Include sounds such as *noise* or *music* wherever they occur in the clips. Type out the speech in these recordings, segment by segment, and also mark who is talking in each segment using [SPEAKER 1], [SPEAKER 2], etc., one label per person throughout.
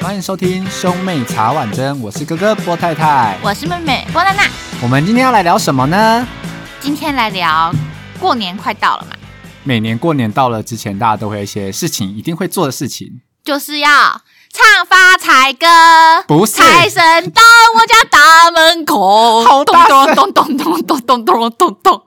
[SPEAKER 1] 欢迎收听兄妹茶碗蒸，我是哥哥波太太。
[SPEAKER 2] 我是妹妹波娜娜，
[SPEAKER 1] 我们今天要来聊什么呢？
[SPEAKER 2] 今天来聊过年快到了嘛，
[SPEAKER 1] 每年过年到了之前，大家都会有一些事情一定会做的事情，
[SPEAKER 2] 就是要唱发财歌。
[SPEAKER 1] 不是？
[SPEAKER 2] 财神到我家大门口，
[SPEAKER 1] 好
[SPEAKER 2] 咚
[SPEAKER 1] 大声
[SPEAKER 2] 咚咚咚咚咚咚咚咚！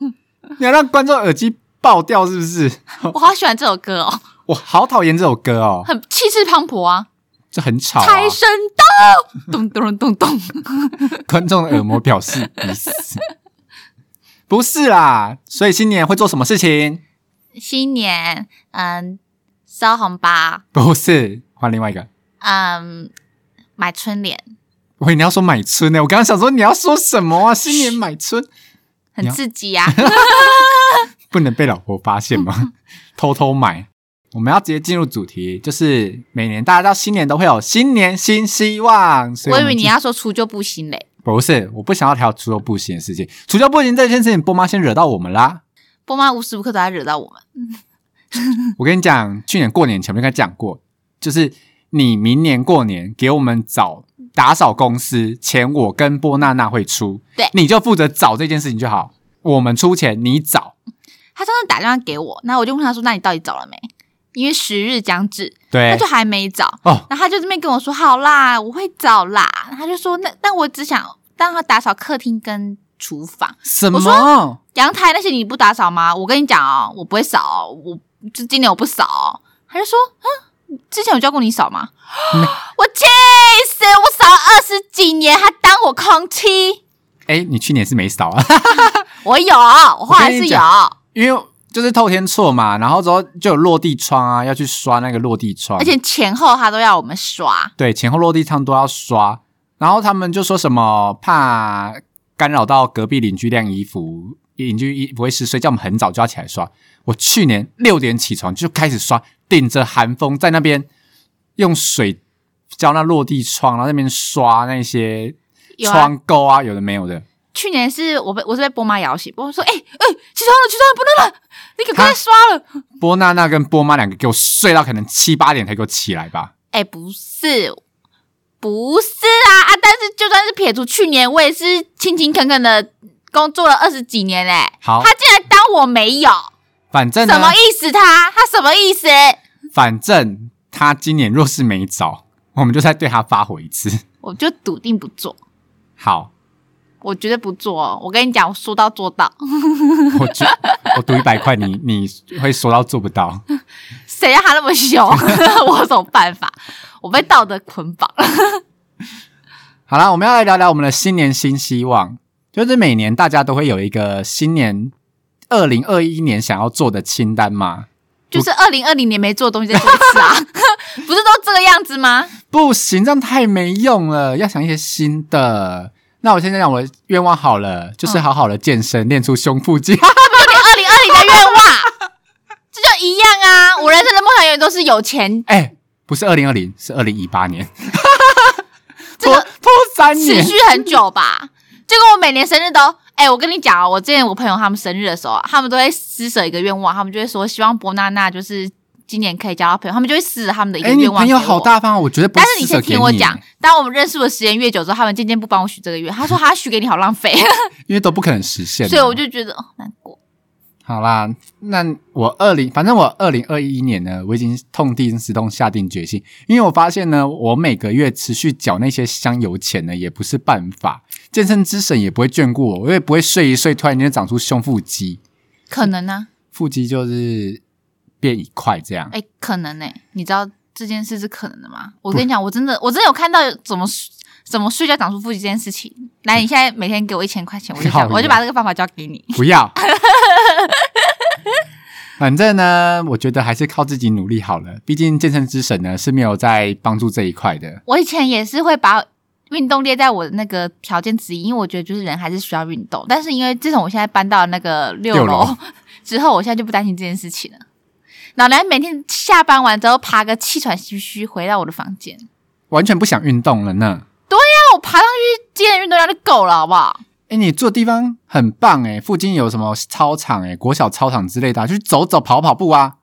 [SPEAKER 1] 你要让观众耳机爆掉是不是？ *laughs*
[SPEAKER 2] 我好喜欢这首歌哦，
[SPEAKER 1] 我好讨厌这首歌哦，
[SPEAKER 2] 很气势磅礴啊！
[SPEAKER 1] 这很吵、啊。
[SPEAKER 2] 财神到，咚咚咚咚。
[SPEAKER 1] *laughs* 观众的耳膜表示已死。不是啦，所以新年会做什么事情？
[SPEAKER 2] 新年，嗯，收红包，
[SPEAKER 1] 不是，换另外一个。
[SPEAKER 2] 嗯，买春联，
[SPEAKER 1] 喂，你要说买春呢、我刚刚想说你要说什么啊？新年买春你
[SPEAKER 2] 很
[SPEAKER 1] 要
[SPEAKER 2] 刺激
[SPEAKER 1] *laughs*
[SPEAKER 2] 啊！
[SPEAKER 1] 不能被老婆发现吗？
[SPEAKER 2] *laughs*
[SPEAKER 1] 偷偷买。我们要直接进入主题，就是每年大家到新年都会有新年新希望。所
[SPEAKER 2] 我以
[SPEAKER 1] 们
[SPEAKER 2] 为你
[SPEAKER 1] 今
[SPEAKER 2] 要说除旧布新嘞。
[SPEAKER 1] 不是，我不想要聊除旧布行的事情。除旧布行这件事情，波妈先惹到我们啦。
[SPEAKER 2] 波妈无时无刻都在惹到我们。嗯
[SPEAKER 1] 我跟你讲，去年过年前面跟他讲过，就是你明年过年给我们找打扫公司，钱我跟波娜娜会出，
[SPEAKER 2] 对
[SPEAKER 1] 你就负责找这件事情就好，我们出钱，你找。
[SPEAKER 2] 他真的打电话给我，那我就问他说：“那你到底找了没？”因为时日将至，他
[SPEAKER 1] 对
[SPEAKER 2] 就还没找。
[SPEAKER 1] 哦，
[SPEAKER 2] 然后他就这边跟我说：“好啦，我会找啦。”他就说：“那但我只想让他打扫客厅跟厨房、
[SPEAKER 1] 什
[SPEAKER 2] 我
[SPEAKER 1] 么？
[SPEAKER 2] 阳台那些，你不打扫吗？”我跟你讲哦，我不会扫哦、我就今年我不扫哦、他就说：“嗯，之前有教过你扫吗？” *gasps* 我气死！我扫了二十几年，他当我空气。
[SPEAKER 1] 哎，你去年是没扫啊，
[SPEAKER 2] 我有，我后来
[SPEAKER 1] 我跟
[SPEAKER 2] 是
[SPEAKER 1] 你
[SPEAKER 2] 有
[SPEAKER 1] 讲。因为就是透天错嘛，然后之后就有落地窗啊，要去刷那个落地窗，
[SPEAKER 2] 而且前后他都要我们刷，
[SPEAKER 1] 对前后落地窗都要刷，然后他们就说什么怕干扰到隔壁邻居晾衣服，邻居衣服会湿，所以叫我们很早就要起来刷。我去年六点起床就开始刷，顶着寒风在那边用水浇那落地窗，然后那边刷那些
[SPEAKER 2] 有啊
[SPEAKER 1] 窗钩啊，有的没有的。
[SPEAKER 2] 去年是我被我是被波妈摇醒，波妈说：“哎、欸、哎、起床了，起床了，不能了，你赶快刷了。
[SPEAKER 1] 波娜娜跟波妈两个给我睡到可能七八点才给我起来吧。
[SPEAKER 2] 哎、不是，不是啊啊！但是就算是撇除去年，我也是勤勤恳恳的工作了二十几年嘞、
[SPEAKER 1] 好
[SPEAKER 2] 他竟然当我没有，
[SPEAKER 1] 反正呢
[SPEAKER 2] 什么意思他？他什么意思？
[SPEAKER 1] 反正他今年若是没找， *laughs* 我们就再对他发火一次。 *laughs*
[SPEAKER 2] 我就笃定不做，
[SPEAKER 1] 好，
[SPEAKER 2] 我绝对不做、哦。我跟你讲，我说到做到，
[SPEAKER 1] 我觉 *laughs* 我赌一百块你，你会说到做不到。
[SPEAKER 2] 谁让他那么凶？ *laughs* 我有什么办法？我被道德捆绑了。
[SPEAKER 1] 好啦，我们要来聊聊我们的新年新希望，就是每年大家都会有一个新年二零二一年想要做的清单嘛。
[SPEAKER 2] 就是二零二零年没做的东西再做一
[SPEAKER 1] *laughs*
[SPEAKER 2] 次啊，不是都这个样子吗？
[SPEAKER 1] 不行，这样太没用了，要想一些新的。那我先讲我的愿望好了，就是好好的健身，练出胸腹肌。 *laughs*
[SPEAKER 2] 你二零二零的愿望，这就一样啊！我人生的梦想永远都是有钱，
[SPEAKER 1] 哎、不是二零二零，是二零一八年，
[SPEAKER 2] 这个
[SPEAKER 1] 拖拖三
[SPEAKER 2] 持
[SPEAKER 1] 年
[SPEAKER 2] 续很久吧。结果我每年生日都，哎、我跟你讲啊，我之前我朋友他们生日的时候啊，他们都会施舍一个愿望，他们就会说希望伯娜娜就是今年可以交到朋友，他们就会施舍他们的一个
[SPEAKER 1] 哎、你
[SPEAKER 2] 愿望、
[SPEAKER 1] 朋友好。大方哦，我绝对不
[SPEAKER 2] 但
[SPEAKER 1] 会
[SPEAKER 2] 是你
[SPEAKER 1] 施舍
[SPEAKER 2] 先
[SPEAKER 1] 给
[SPEAKER 2] 听我讲，当我们认识的时间越久之后，他们渐渐不帮我许这个愿，他说他许给你好浪费，
[SPEAKER 1] 因为都不可能实现嘛。
[SPEAKER 2] 所以我就觉得哦难过。
[SPEAKER 1] 好啦，那我二零，反正我二零二一年呢，我已经痛定思痛，下定决心，因为我发现呢，我每个月持续缴那些香油钱呢，也不是办法，健身之神也不会眷顾我，我也不会睡一睡，突然间长出胸腹肌，
[SPEAKER 2] 可能啊呢、
[SPEAKER 1] 腹肌就是变一块这样。
[SPEAKER 2] 哎、可能呢、你知道这件事是可能的吗？我跟你讲，我真的，我真的有看到有怎么怎么睡觉长出腹肌这件事情。来，你现在每天给我一千块钱，我
[SPEAKER 1] *laughs*
[SPEAKER 2] 就
[SPEAKER 1] 好
[SPEAKER 2] 讲，我就把这个方法教给你。
[SPEAKER 1] 不要。 *laughs* 反正呢，我觉得还是靠自己努力好了。毕竟健身之神呢是没有在帮助这一块的。
[SPEAKER 2] 我以前也是会把运动列在我的那个条件之一，因为我觉得就是人还是需要运动。但是因为自从我现在搬到那个六
[SPEAKER 1] 六
[SPEAKER 2] 楼
[SPEAKER 1] 楼
[SPEAKER 2] *laughs* 之后，我现在就不担心这件事情了。老娘每天下班完之后爬个气喘吁吁回到我的房间，
[SPEAKER 1] 完全不想运动了呢。
[SPEAKER 2] 那我爬上去今天的运动量就够了，好不好？
[SPEAKER 1] 哎，你住的地方很棒哎，附近有什么操场哎，国小操场之类的啊、就去走走跑跑步啊。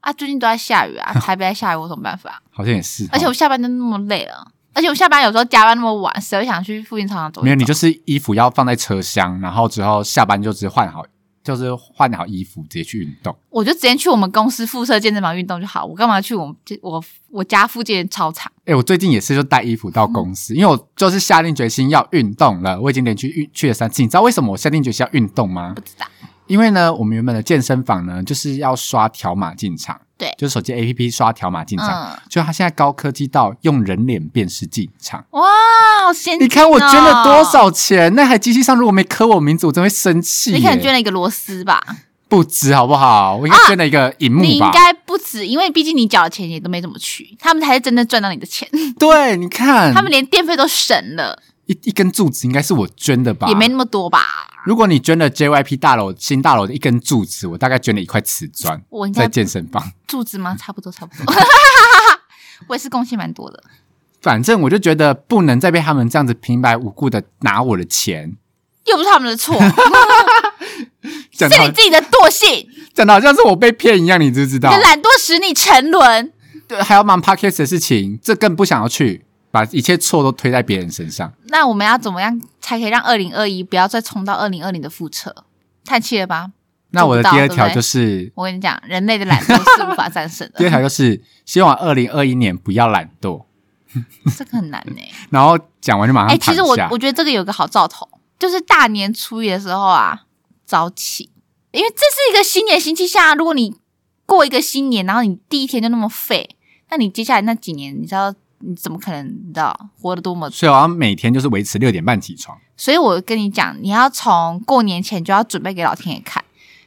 [SPEAKER 2] 啊，最近都在下雨
[SPEAKER 1] *laughs*
[SPEAKER 2] 啊，台北在下雨，我有什么办法？
[SPEAKER 1] 好像也是哦。
[SPEAKER 2] 而且我下班都那么累了，而且我下班有时候加班那么晚，谁会想去附近操场走一走？
[SPEAKER 1] 没有，你就是衣服要放在车厢，然后之后下班就直接换好，就是换好衣服直接去运动。
[SPEAKER 2] 我就直接去我们公司附设健身房运动就好，我干嘛去我们我我家附近的操场？
[SPEAKER 1] 哎、我最近也是就带衣服到
[SPEAKER 2] 嗯
[SPEAKER 1] 公司，因为我就是下定决心要运动了。我已经连续运去了三次，你知道为什么我下定决心要运动吗
[SPEAKER 2] 不？知道，
[SPEAKER 1] 因为呢，我们原本的健身房呢，就是要刷条码进场，
[SPEAKER 2] 对
[SPEAKER 1] 就是手机 APP 刷条码进场。
[SPEAKER 2] 嗯，
[SPEAKER 1] 就它现在高科技到用人脸辨识进场，
[SPEAKER 2] 哇，好先进、哦！
[SPEAKER 1] 你看我捐了多？少钱？那台机器上如果没刻我名字，我真会生气耶。
[SPEAKER 2] 你可能捐了一个螺丝吧？
[SPEAKER 1] 不止好不好？我应该捐了一个荧幕
[SPEAKER 2] 你应
[SPEAKER 1] 吧？
[SPEAKER 2] 该不止，因为毕竟你缴的钱也都没怎么去，他们才是真正赚到你的钱，
[SPEAKER 1] 嗯对，你看，
[SPEAKER 2] 他们连电费都省了，
[SPEAKER 1] 一一根柱子应该是我捐的吧？
[SPEAKER 2] 也没那么多吧？
[SPEAKER 1] 如果你捐了 JYP 大楼新大楼的一根柱子，我大概捐了一块瓷砖
[SPEAKER 2] 我应
[SPEAKER 1] 在
[SPEAKER 2] 该
[SPEAKER 1] 健身房。
[SPEAKER 2] 柱子吗？差不多，差
[SPEAKER 1] *laughs*
[SPEAKER 2] 不多。我也是贡献蛮多的，
[SPEAKER 1] 反正我就觉得不能再被他们这样子平白无故的拿我的钱，
[SPEAKER 2] 又不是他们的错，
[SPEAKER 1] *laughs* 讲
[SPEAKER 2] 是
[SPEAKER 1] 到
[SPEAKER 2] 你自己的惰性，你
[SPEAKER 1] 讲的好像是我被骗一样，你知不知道
[SPEAKER 2] 的？懒惰使你沉沦。
[SPEAKER 1] 对，还要忙 podcast 的事情，这更不想要去，把一切错都推在别人身上。
[SPEAKER 2] 那我们要怎么样才可以让二零二一不要再冲到二零二零的覆辙？叹气了吧？
[SPEAKER 1] 那我的第二
[SPEAKER 2] 做不到
[SPEAKER 1] 条
[SPEAKER 2] 对不对
[SPEAKER 1] 就是，
[SPEAKER 2] 我跟你讲，人类的懒惰是无法战胜
[SPEAKER 1] *laughs* 第二
[SPEAKER 2] 的，
[SPEAKER 1] 条就是希望二零二一年不要懒惰。
[SPEAKER 2] 这个很难呢、
[SPEAKER 1] 然后讲完就马
[SPEAKER 2] 哎、
[SPEAKER 1] 上
[SPEAKER 2] 其
[SPEAKER 1] 躺
[SPEAKER 2] 实我
[SPEAKER 1] 下。
[SPEAKER 2] 我觉得这个有个好兆头，就是大年初一的时候啊，早起，因为这是一个新年新气象啊。如果你过一个新年，然后你第一天就那么废，那你接下来那几年，你知道你怎么可能你知道活得多么？
[SPEAKER 1] 所以我要每天就是维持六点半起床。
[SPEAKER 2] 所以我跟你讲，你要从过年前就要准备给老天爷看，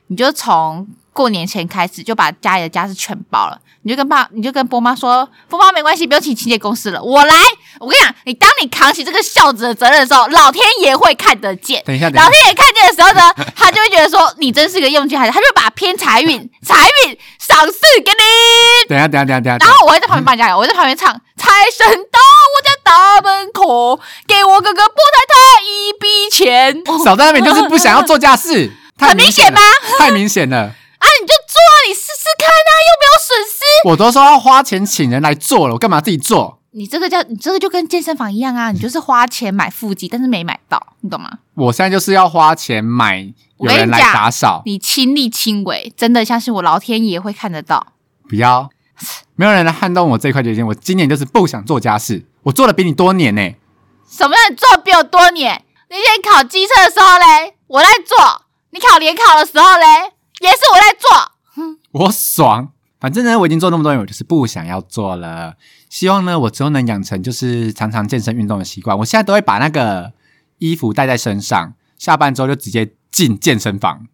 [SPEAKER 2] 你就从。过年前开始就把家里的家事全包了，你就跟爸，你就跟波妈说，波妈没关系，不用请清洁公司了，我来。我跟你讲，你当你扛起这个孝子的责任的时候，老天爷会看得见。
[SPEAKER 1] 等一下，等一
[SPEAKER 2] 老
[SPEAKER 1] 下
[SPEAKER 2] 天，爷看见的时候呢，他就会觉得说你真是个用心孩子，他就会把偏财运、财运赏赐给你。
[SPEAKER 1] 等一下，等一下，等一下，等
[SPEAKER 2] 然
[SPEAKER 1] 一下。
[SPEAKER 2] 后我会在旁边帮你加油，我会在旁边唱“财神到我家大门口，给我哥哥波太太一笔钱”。
[SPEAKER 1] *laughs* 少在那边就是不想要做家
[SPEAKER 2] *laughs*
[SPEAKER 1] 事，太
[SPEAKER 2] 很明显
[SPEAKER 1] 了
[SPEAKER 2] 吧？
[SPEAKER 1] *laughs* 太明显了，
[SPEAKER 2] 啊，你就做啊，你试试看啊，又没有损失。
[SPEAKER 1] 我都说要花钱请人来做了，我干嘛自己做？
[SPEAKER 2] 你这个叫你这个就跟健身房一样啊，你就是花钱买腹肌，但是没买到，你懂吗？
[SPEAKER 1] 我现在就是要花钱买有人来打扫，
[SPEAKER 2] 你亲力亲为，真的相信我，老天爷会看得到。
[SPEAKER 1] 不要，没有人来撼动我这一块决心。我今年就是不想做家事，我做的比你多年呢、
[SPEAKER 2] 什么人做比我多年？你以前考机车的时候嘞，我在做；你考联考的时候嘞，也是我在做。
[SPEAKER 1] 我爽。反正呢，我已经做那么多年，我就是不想要做了。希望呢，我之后能养成就是常常健身运动的习惯。我现在都会把那个衣服带在身上，下班之后就直接进健身房。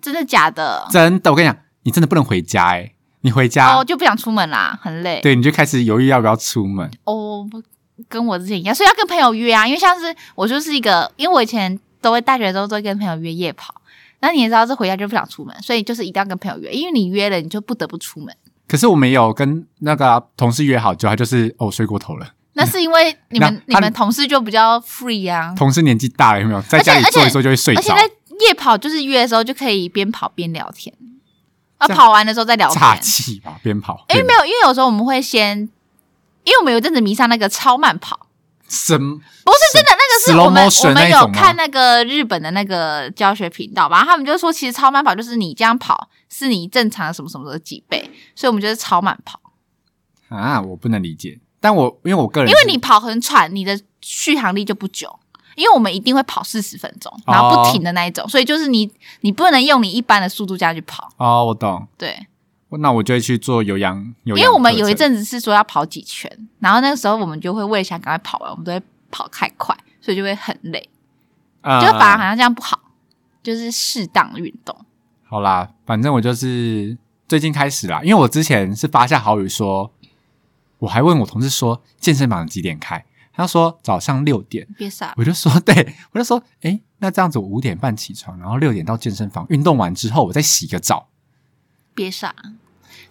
[SPEAKER 2] 真的假的？
[SPEAKER 1] 真的，我跟你讲，你真的不能回家哎、你回家，
[SPEAKER 2] 哦，就不想出门啦，很累。
[SPEAKER 1] 对，你就开始犹豫要不要出门。
[SPEAKER 2] 哦，不跟我之前一样，所以要跟朋友约啊。因为像是我就是一个，因为我以前都会大学的时候都会跟朋友约夜跑，那你也知道，这回家就不想出门，所以就是一定要跟朋友约，因为你约了，你就不得不出门。
[SPEAKER 1] 可是我没有跟那个啊同事约好，就他就是哦睡过头了。
[SPEAKER 2] 那是因为你们
[SPEAKER 1] 嗯那
[SPEAKER 2] 你
[SPEAKER 1] 他
[SPEAKER 2] 们同事就比较 free 啊，
[SPEAKER 1] 同事年纪大了，有没有在
[SPEAKER 2] 而且
[SPEAKER 1] 家里
[SPEAKER 2] 而且
[SPEAKER 1] 坐一坐就会睡
[SPEAKER 2] 而且
[SPEAKER 1] 着？
[SPEAKER 2] 在夜跑就是约的时候就可以边跑边聊天，啊，
[SPEAKER 1] 这样
[SPEAKER 2] 跑完的时候再聊天
[SPEAKER 1] 岔。气吧，边跑
[SPEAKER 2] 因
[SPEAKER 1] 边
[SPEAKER 2] 为哎没有，因为有时候我们会先，因为我们有一阵子迷上那个超慢跑，
[SPEAKER 1] 什么
[SPEAKER 2] 不是真的，那个是
[SPEAKER 1] slow
[SPEAKER 2] 我们
[SPEAKER 1] motion
[SPEAKER 2] 我们
[SPEAKER 1] 那一
[SPEAKER 2] 有
[SPEAKER 1] 种吗
[SPEAKER 2] 看那个日本的那个教学频道吧，然后他们就说其实超慢跑就是你这样跑是你正常的什么什么的几倍，所以我们就是超慢跑，
[SPEAKER 1] 啊？我不能理解。但我因为我个人
[SPEAKER 2] 因
[SPEAKER 1] 是，
[SPEAKER 2] 为你跑很喘，你的续航力就不久。因为我们一定会跑四十分钟，然后不停的那一种所以就是你，你不能用你一般的速度这样去跑，
[SPEAKER 1] 哦，我懂。
[SPEAKER 2] 对。
[SPEAKER 1] 那我就会去做有氧，有
[SPEAKER 2] 因
[SPEAKER 1] 氧
[SPEAKER 2] 为我们有一
[SPEAKER 1] 课程
[SPEAKER 2] 阵子是说要跑几圈，然后那个时候我们就会为了想赶快跑完，我们都会跑太快，所以就会很累，
[SPEAKER 1] 呃
[SPEAKER 2] 就反而好像这样不好，就是适当的运动。
[SPEAKER 1] 好啦，反正我就是最近开始啦，因为我之前是发下好语说，我还问我同事说健身房几点开，他说早上六点，
[SPEAKER 2] 别傻了，
[SPEAKER 1] 我就说 *laughs* 对，我就说诶、那这样子我五点半起床，然后六点到健身房运动完之后，我再洗个澡。
[SPEAKER 2] 别傻了，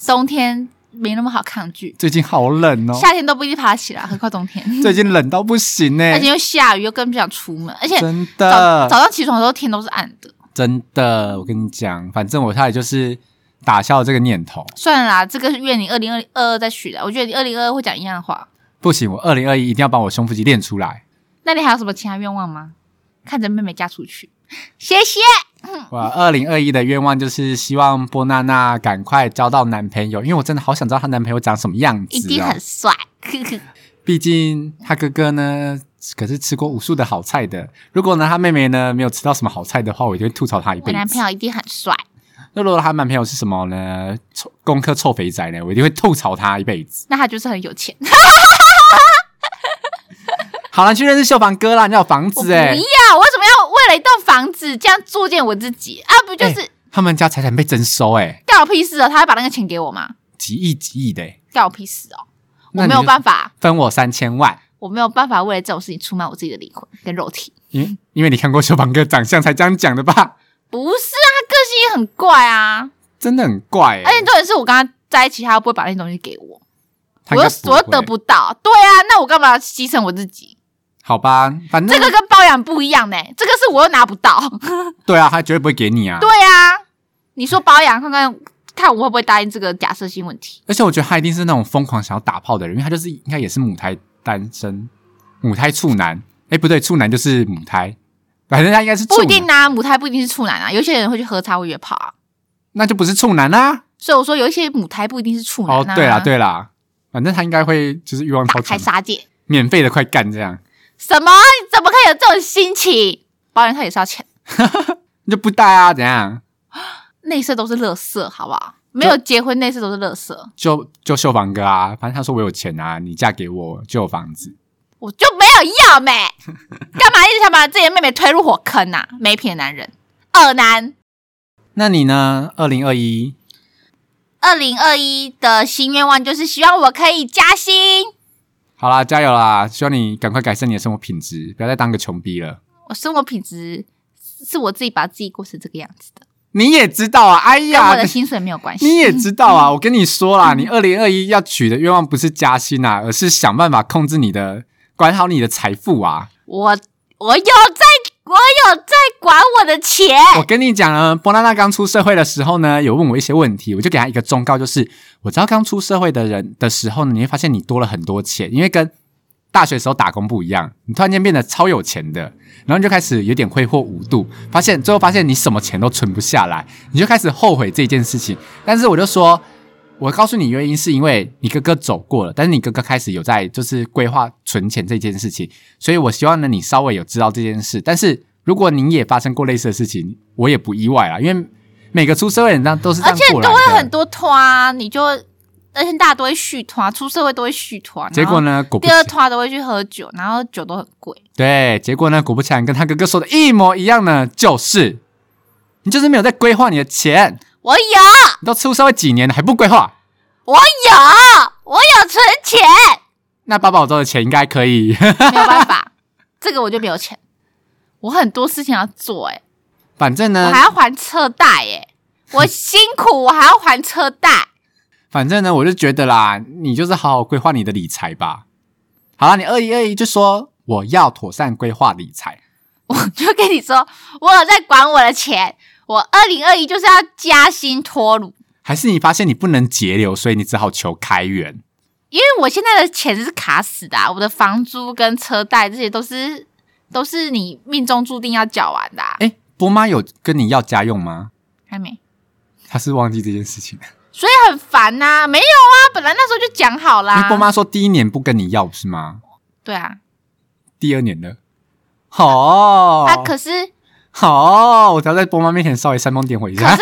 [SPEAKER 2] 冬天没那么好抗拒，
[SPEAKER 1] 最近好冷哦，
[SPEAKER 2] 夏天都不一定爬得起来，何况冬
[SPEAKER 1] *laughs*
[SPEAKER 2] 天，
[SPEAKER 1] 最近冷到不行呢、欸
[SPEAKER 2] 而且又下雨，又更不想出门，而且
[SPEAKER 1] 真
[SPEAKER 2] 早
[SPEAKER 1] 的
[SPEAKER 2] 早上起床的时候天都是暗的，
[SPEAKER 1] 真的，我跟你讲，反正我后来就是打消了这个念头。
[SPEAKER 2] 算了啦，这个月你二零二二二再许的，我觉得你二零二二会讲一样的话。
[SPEAKER 1] 不行，我二零二一一定要把我胸腹肌练出来。
[SPEAKER 2] 那你还有什么其他愿望吗？看着妹妹嫁出去，谢谢。
[SPEAKER 1] 啊我二零二一的愿望就是希望波娜娜赶快交到男朋友，因为我真的好想知道她男朋友长什么样
[SPEAKER 2] 一
[SPEAKER 1] 子
[SPEAKER 2] 定
[SPEAKER 1] 哦
[SPEAKER 2] 很。
[SPEAKER 1] *laughs*
[SPEAKER 2] 帅。呵呵
[SPEAKER 1] 毕竟她哥哥呢，可是吃过无数的好菜的。如果呢，她妹妹呢没有吃到什么好菜的话，我就会吐槽她一
[SPEAKER 2] 我
[SPEAKER 1] 辈
[SPEAKER 2] 男
[SPEAKER 1] 子
[SPEAKER 2] 朋。友一定很帅。
[SPEAKER 1] 那如果她男朋友是什么呢？臭工科臭肥宅呢，我一定会吐槽他一辈
[SPEAKER 2] *laughs*
[SPEAKER 1] 子。
[SPEAKER 2] 那他就是很有钱。
[SPEAKER 1] 好了，你去认识秀房哥啦，你要有房
[SPEAKER 2] 我不
[SPEAKER 1] 子
[SPEAKER 2] 要，我
[SPEAKER 1] 哎、
[SPEAKER 2] 为什么要为了一栋房子这样作践我自己啊？不就是
[SPEAKER 1] 欸他们家财产被征收哎、
[SPEAKER 2] 干我屁事哦？他会把那个钱给我吗？
[SPEAKER 1] 几亿几亿的、欸，
[SPEAKER 2] 干我屁事哦！我
[SPEAKER 1] 那你
[SPEAKER 2] 没
[SPEAKER 1] 就
[SPEAKER 2] 有办法，
[SPEAKER 1] 分我三千万。
[SPEAKER 2] 我没有办法为了这种事情出卖我自己的灵魂跟肉体。
[SPEAKER 1] 因因为你看过秀房哥长相才这样讲的吧？
[SPEAKER 2] 不是啊，他个性也很怪啊，
[SPEAKER 1] 真的很怪、欸，
[SPEAKER 2] 而且重点是我跟他在一起，他又不会把那些东西给我，
[SPEAKER 1] 他
[SPEAKER 2] 我
[SPEAKER 1] 应该
[SPEAKER 2] 又
[SPEAKER 1] 不
[SPEAKER 2] 我
[SPEAKER 1] 会
[SPEAKER 2] 又得不到。对啊，那我干嘛牺牲我自己？
[SPEAKER 1] 好吧，反正
[SPEAKER 2] 这个跟包养不一样呢、这个是我又拿不到。
[SPEAKER 1] 对啊，他绝对不会给你啊。
[SPEAKER 2] *laughs* 对啊，你说包养看看看我会不会答应这个假设性问题？
[SPEAKER 1] 而且我觉得他一定是那种疯狂想要打炮的人，因为他就是应该也是母胎单身，母胎处男。哎，不对，处男就是母胎，反正他应该是处
[SPEAKER 2] 不
[SPEAKER 1] 男
[SPEAKER 2] 一定啊，母胎不一定是处男啊，有些人会去喝茶会约炮啊。
[SPEAKER 1] 那就不是处男啦、
[SPEAKER 2] 所以我说有一些母胎不一定是处男、啊、
[SPEAKER 1] 哦，对啦，，对啦，反正他应该会就是欲望
[SPEAKER 2] 大
[SPEAKER 1] 超
[SPEAKER 2] 开
[SPEAKER 1] 强，
[SPEAKER 2] 杀戒，
[SPEAKER 1] 免费的快干这样，
[SPEAKER 2] 什么？你怎么可以有这种心情？保险套也是要钱，
[SPEAKER 1] 你就不带啊？怎样？
[SPEAKER 2] 内射都是乐色，好不好？没有结婚内射都是乐色，
[SPEAKER 1] 就就秀房哥啊，反正他说我有钱啊，你嫁给我就有房子。
[SPEAKER 2] 我就没有
[SPEAKER 1] *laughs*
[SPEAKER 2] 要没，干嘛一直想把自己的妹妹推入火坑呐、啊？没品的男人，二男。
[SPEAKER 1] 那你呢？二零二一
[SPEAKER 2] 二零二一的新愿望就是希望我可以加薪。
[SPEAKER 1] 好啦，加油啦！希望你赶快改善你的生活品质，不要再当个穷逼了。
[SPEAKER 2] 我生活品质是我自己把自己过成这个样子的，
[SPEAKER 1] 你也知道啊，哎
[SPEAKER 2] 跟我
[SPEAKER 1] 呀
[SPEAKER 2] 的，薪水没有关系。
[SPEAKER 1] 你也知道啊，我跟你说啦，你二零二一要取的愿望不是加薪啊，而是想办法控制你的，管好你的财富啊。
[SPEAKER 2] 我我有在，我有在管我的钱。
[SPEAKER 1] 我跟你讲呢，波娜娜刚出社会的时候呢，有问我一些问题，我就给她一个忠告，就是我知道刚出社会的人的时候呢，你会发现你多了很多钱，因为跟大学时候打工不一样，你突然间变得超有钱的，然后你就开始有点挥霍无度，发现最后发现你什么钱都存不下来，你就开始后悔这件事情。但是我就说，我告诉你原因是因为你哥哥走过了，但是你哥哥开始有在就是规划存钱这件事情，所以我希望呢你稍微有知道这件事。但是如果你也发生过类似的事情，我也不意外啊啦，因为每个出社会的人当都是这
[SPEAKER 2] 而
[SPEAKER 1] 样
[SPEAKER 2] 且
[SPEAKER 1] 过来
[SPEAKER 2] 都
[SPEAKER 1] 的。
[SPEAKER 2] 会很多拖啊，你就而且大家都会续拖啊，出社会都会续拖啊。
[SPEAKER 1] 结果
[SPEAKER 2] 呢？
[SPEAKER 1] 呢，果不
[SPEAKER 2] 第
[SPEAKER 1] 其
[SPEAKER 2] 二拖都会去喝酒，然后酒都很贵。
[SPEAKER 1] 对，结果呢，果不其然，跟他哥哥说的一模一样呢，就是你就是没有在规划你的钱，
[SPEAKER 2] 我有，
[SPEAKER 1] 你都出社会几年了还不规划，
[SPEAKER 2] 我有，我有存钱，
[SPEAKER 1] 那八宝粥的钱应该可以。 *laughs*
[SPEAKER 2] 没有办法，这个我就没有钱。我很多事情要做、欸，
[SPEAKER 1] 反正
[SPEAKER 2] 我
[SPEAKER 1] 呢
[SPEAKER 2] 还，要还车贷、欸，我辛苦，我还要还车贷。
[SPEAKER 1] 反正呢，我就觉得啦，你就是好好规划你的理财吧。好啦，你二一二一就说我要妥善规划理财，
[SPEAKER 2] 我就跟你说，我有在管我的钱，我二零二一就是要加薪脱乳，
[SPEAKER 1] 还是你发现你不能节流，所以你只好求开源。
[SPEAKER 2] 因为我现在的钱是卡死的、啊，我的房租跟车贷这些都是都是你命中注定要缴完的、啊，
[SPEAKER 1] 哎，波妈有跟你要家用吗？
[SPEAKER 2] 还没，
[SPEAKER 1] 她是忘记这件事情，
[SPEAKER 2] 所以很烦呐、没有啊，本来那时候就讲好
[SPEAKER 1] 因
[SPEAKER 2] 啦
[SPEAKER 1] 为波，妈说第一年不跟你要是吗？
[SPEAKER 2] 对啊，
[SPEAKER 1] 第二年了。哦，
[SPEAKER 2] 啊，可是
[SPEAKER 1] 好，我只要在波妈面前稍微煽风点火一下。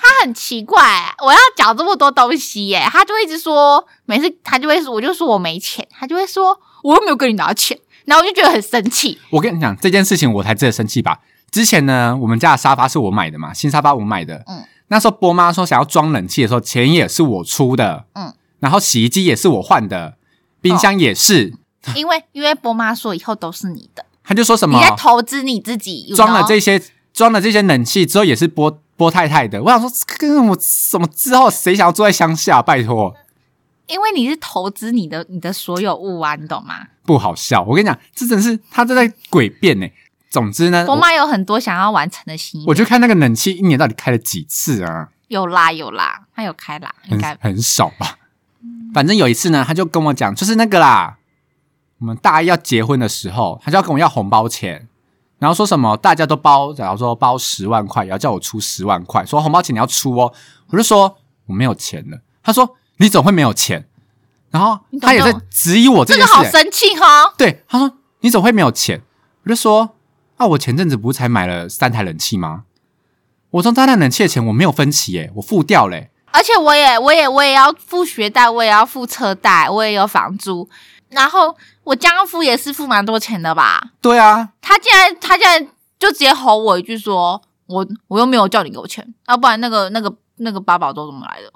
[SPEAKER 2] 他很奇怪、啊我要缴这么多东西耶、他就会一直说，每次他就会说，我就说我没钱，他就会说我又没有跟你拿钱，然后我就觉得很生
[SPEAKER 1] *laughs*
[SPEAKER 2] 气，
[SPEAKER 1] 我跟你讲这件事情，我才真的生气吧。之前呢，我们家的沙发是我买的嘛，新沙发我买的。
[SPEAKER 2] 嗯
[SPEAKER 1] 那时候波妈说想要装冷气的时候，钱也是我出的。
[SPEAKER 2] 嗯，
[SPEAKER 1] 然后洗衣机也是我换的，冰箱也是。
[SPEAKER 2] 因为因为伯妈说以后都是你的，
[SPEAKER 1] 她就说什
[SPEAKER 2] 你
[SPEAKER 1] 么
[SPEAKER 2] 在投资你自己，you
[SPEAKER 1] 装了
[SPEAKER 2] know？
[SPEAKER 1] 这些装了这些冷气之后也是波波太太的。我想说，跟我什么之后谁想要住在乡下？拜托，
[SPEAKER 2] 因为你是投资你的你的所有物啊，你懂吗？
[SPEAKER 1] 不好笑。我跟你讲，这真是她正在诡辩呢、总之呢，
[SPEAKER 2] 伯
[SPEAKER 1] 呃我
[SPEAKER 2] 妈有很多想要完成的心愿
[SPEAKER 1] 我就看那个冷气一年到底开了几次啊？
[SPEAKER 2] 有啦有啦，他有开啦，应
[SPEAKER 1] 很
[SPEAKER 2] 该
[SPEAKER 1] 很少吧。反正有一次呢，他就跟我讲，就是那个啦，我们大一要结婚的时候，他就要跟我要红包钱，然后说什么大家都包，假如说包十万块，也要叫我出十万块，说红包钱你要出哦。我就说我没有钱了。他说你怎么会没有钱？然后
[SPEAKER 2] 你懂
[SPEAKER 1] 他也在
[SPEAKER 2] 这种
[SPEAKER 1] 质疑我这件
[SPEAKER 2] 这个
[SPEAKER 1] 事、
[SPEAKER 2] 好
[SPEAKER 1] 欸。
[SPEAKER 2] 生气哦，
[SPEAKER 1] 对，他说你怎么会没有钱？我就说啊，我前阵子不是才买了三台冷气吗？我从三台冷气的钱我没有分期耶、我付掉嘞、
[SPEAKER 2] 而且我也我也我也要付学贷，我也要付车贷，我也有房租，然后我家付也是付蛮多钱的吧？
[SPEAKER 1] 对啊，
[SPEAKER 2] 他竟然他竟然就直接吼我一句说，我我又没有叫你给我钱，要、不然那个那个那个八宝粥怎么来的？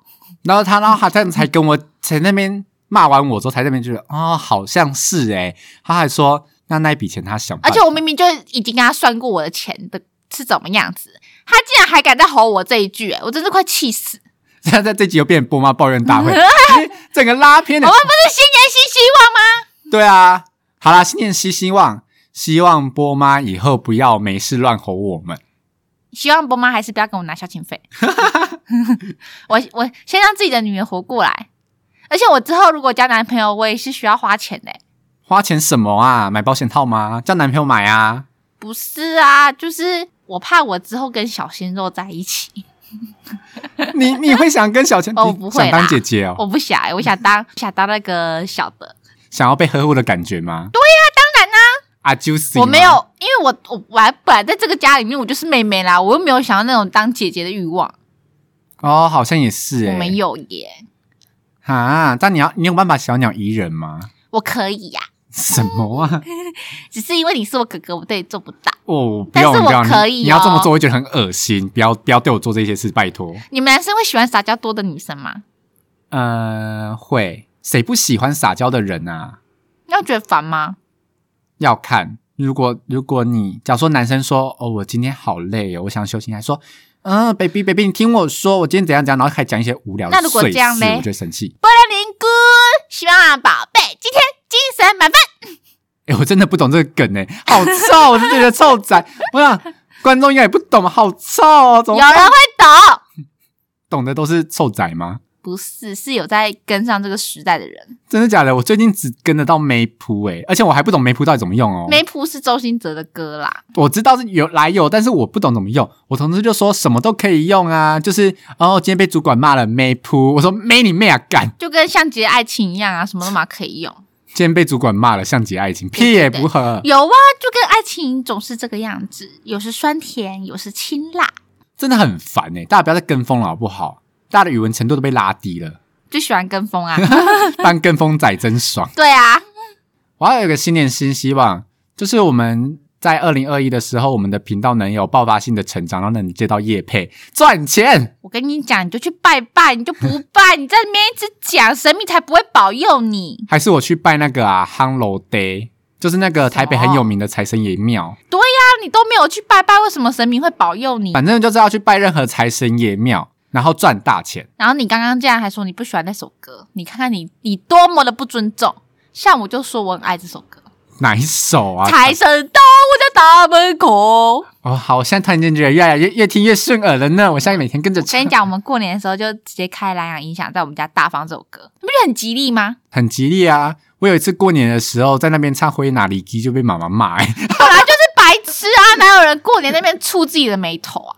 [SPEAKER 1] 然后他，然后他这样才跟我才那边骂完我之后，才那边觉得哦，好像是诶、他还说那那一笔钱他想办
[SPEAKER 2] 而
[SPEAKER 1] 法，
[SPEAKER 2] 且我明明就已经跟他算过我的钱的是怎么样子，他竟然还敢再吼我这一句、哎我真是快气死！，
[SPEAKER 1] 现在在这集又变波妈抱怨大会
[SPEAKER 2] *laughs*
[SPEAKER 1] 因为整个拉偏
[SPEAKER 2] 我
[SPEAKER 1] 了
[SPEAKER 2] 们。不是新年新希望吗？
[SPEAKER 1] 对啊，好啦，新年希希望，希望波妈以后不要没事乱吼我们。
[SPEAKER 2] 希望波妈还是不要跟我拿孝亲费。 *laughs* 我我先让自己的女儿活过来，而且我之后如果交男朋友，我也是需要花钱的、
[SPEAKER 1] 花钱什么啊？买保险套吗？叫男朋友买啊？
[SPEAKER 2] 不是啊，就是我怕我之后跟小鲜肉在一起，
[SPEAKER 1] 你你会想跟小千？
[SPEAKER 2] 哦
[SPEAKER 1] 你
[SPEAKER 2] 我不会
[SPEAKER 1] 想当
[SPEAKER 2] 啦
[SPEAKER 1] 姐姐哦，
[SPEAKER 2] 我不想、我想当想当那个小的。
[SPEAKER 1] 想要被呵护的感觉吗？对
[SPEAKER 2] 当然啦、
[SPEAKER 1] 啊，juicy，
[SPEAKER 2] 我没
[SPEAKER 1] 吗
[SPEAKER 2] 有，因为我我本来本来在这个家里面我就是妹妹啦，我又没有想要那种当姐姐的欲望，
[SPEAKER 1] 哦，好像也是诶、
[SPEAKER 2] 我没有耶，
[SPEAKER 1] 啊，但你要你有办法小鸟依人吗？
[SPEAKER 2] 我可以呀、
[SPEAKER 1] 什么
[SPEAKER 2] *laughs*
[SPEAKER 1] 啊？
[SPEAKER 2] 只是因为你是我哥哥，我对你做不到。
[SPEAKER 1] 哦，不
[SPEAKER 2] 但是
[SPEAKER 1] 要
[SPEAKER 2] 我
[SPEAKER 1] 不要，
[SPEAKER 2] 可
[SPEAKER 1] 你
[SPEAKER 2] 以
[SPEAKER 1] 你要这么
[SPEAKER 2] 哦
[SPEAKER 1] 做，我会觉得很恶心。不要不要对我做这些事，拜托。
[SPEAKER 2] 你们男生会喜欢撒娇多的女生吗？
[SPEAKER 1] 呃，会，谁不喜欢撒娇的人啊？
[SPEAKER 2] 那你觉得烦吗？
[SPEAKER 1] 要看，如果如果你假如说男生说哦，我今天好累哦，我想休息，还说嗯，baby baby，你听我说，我今天怎样怎样，然后开始讲一些无聊的
[SPEAKER 2] 那如果
[SPEAKER 1] 碎
[SPEAKER 2] 这样
[SPEAKER 1] 事
[SPEAKER 2] 嘞
[SPEAKER 1] 我就会生气。
[SPEAKER 2] 波兰灵菇，希望宝贝今天精神满分。
[SPEAKER 1] 哎、我真的不懂这个梗哎、好臭，我是觉得臭仔。 *laughs* 我想观众应该也不懂，好臭哦，怎
[SPEAKER 2] 有
[SPEAKER 1] 么
[SPEAKER 2] 人
[SPEAKER 1] 办
[SPEAKER 2] 会懂，
[SPEAKER 1] 懂的都是臭仔吗？
[SPEAKER 2] 不是是有在跟上这个时代的人。
[SPEAKER 1] 真的假的？我最近只跟得到梅普诶、而且我还不懂梅普到底怎么用哦。
[SPEAKER 2] 梅普是周兴哲的歌啦，
[SPEAKER 1] 我知道是有来由，但是我不懂怎么用。我同事就说什么都可以用啊，就是哦，今天被主管骂了梅普，我说梅你妹啊干！
[SPEAKER 2] 就跟向杰爱情一样啊，什么都嘛可以用。
[SPEAKER 1] 今天被主管骂了，像极爱情，屁也不合，
[SPEAKER 2] 有啊，就跟爱情总是这个样子，有时酸甜，有时清辣。
[SPEAKER 1] 真的很烦诶、大家不要再跟风了好不好？大家的语文程度都被拉低了，
[SPEAKER 2] 就喜欢跟风啊，
[SPEAKER 1] 当跟风仔真爽。
[SPEAKER 2] 对啊，
[SPEAKER 1] 我还有一个新年新希望，就是我们在二零二一的时候，我们的频道能有爆发性的成长，然后能接到业配赚钱。
[SPEAKER 2] 我跟你讲，你就去拜拜，你就不拜，你在那边一直讲，神明才不会保佑你。
[SPEAKER 1] 还是我去拜那个啊夯楼 day，就是那
[SPEAKER 2] 哦
[SPEAKER 1] 个台北很有名的财神爷庙。
[SPEAKER 2] 对呀、啊你都没有去拜拜，为什么神明会保佑你？
[SPEAKER 1] 反正就是要去拜任何财神爷庙，然后赚大钱。
[SPEAKER 2] 然后你刚刚竟然还说你不喜欢那首歌，你看看你你多么的不尊重。像我就说我很爱这首歌，
[SPEAKER 1] 哪一首啊？
[SPEAKER 2] 《财神到我家大门口》。
[SPEAKER 1] 哦，好，我现在突然间觉得越来越越听越顺耳了呢。我现在每天跟着
[SPEAKER 2] 我跟
[SPEAKER 1] 唱
[SPEAKER 2] 你，讲，
[SPEAKER 1] *laughs*
[SPEAKER 2] 我们过年的时候就直接开蓝牙音响，在我们家大放这首歌，你不觉得很吉利吗？
[SPEAKER 1] 很吉利啊。我有一次过年的时候在那边唱《灰哪里鸡》，就被妈妈骂、 *laughs* 欸。
[SPEAKER 2] 本来就是白痴啊，哪有人过年那边触自己的眉头啊？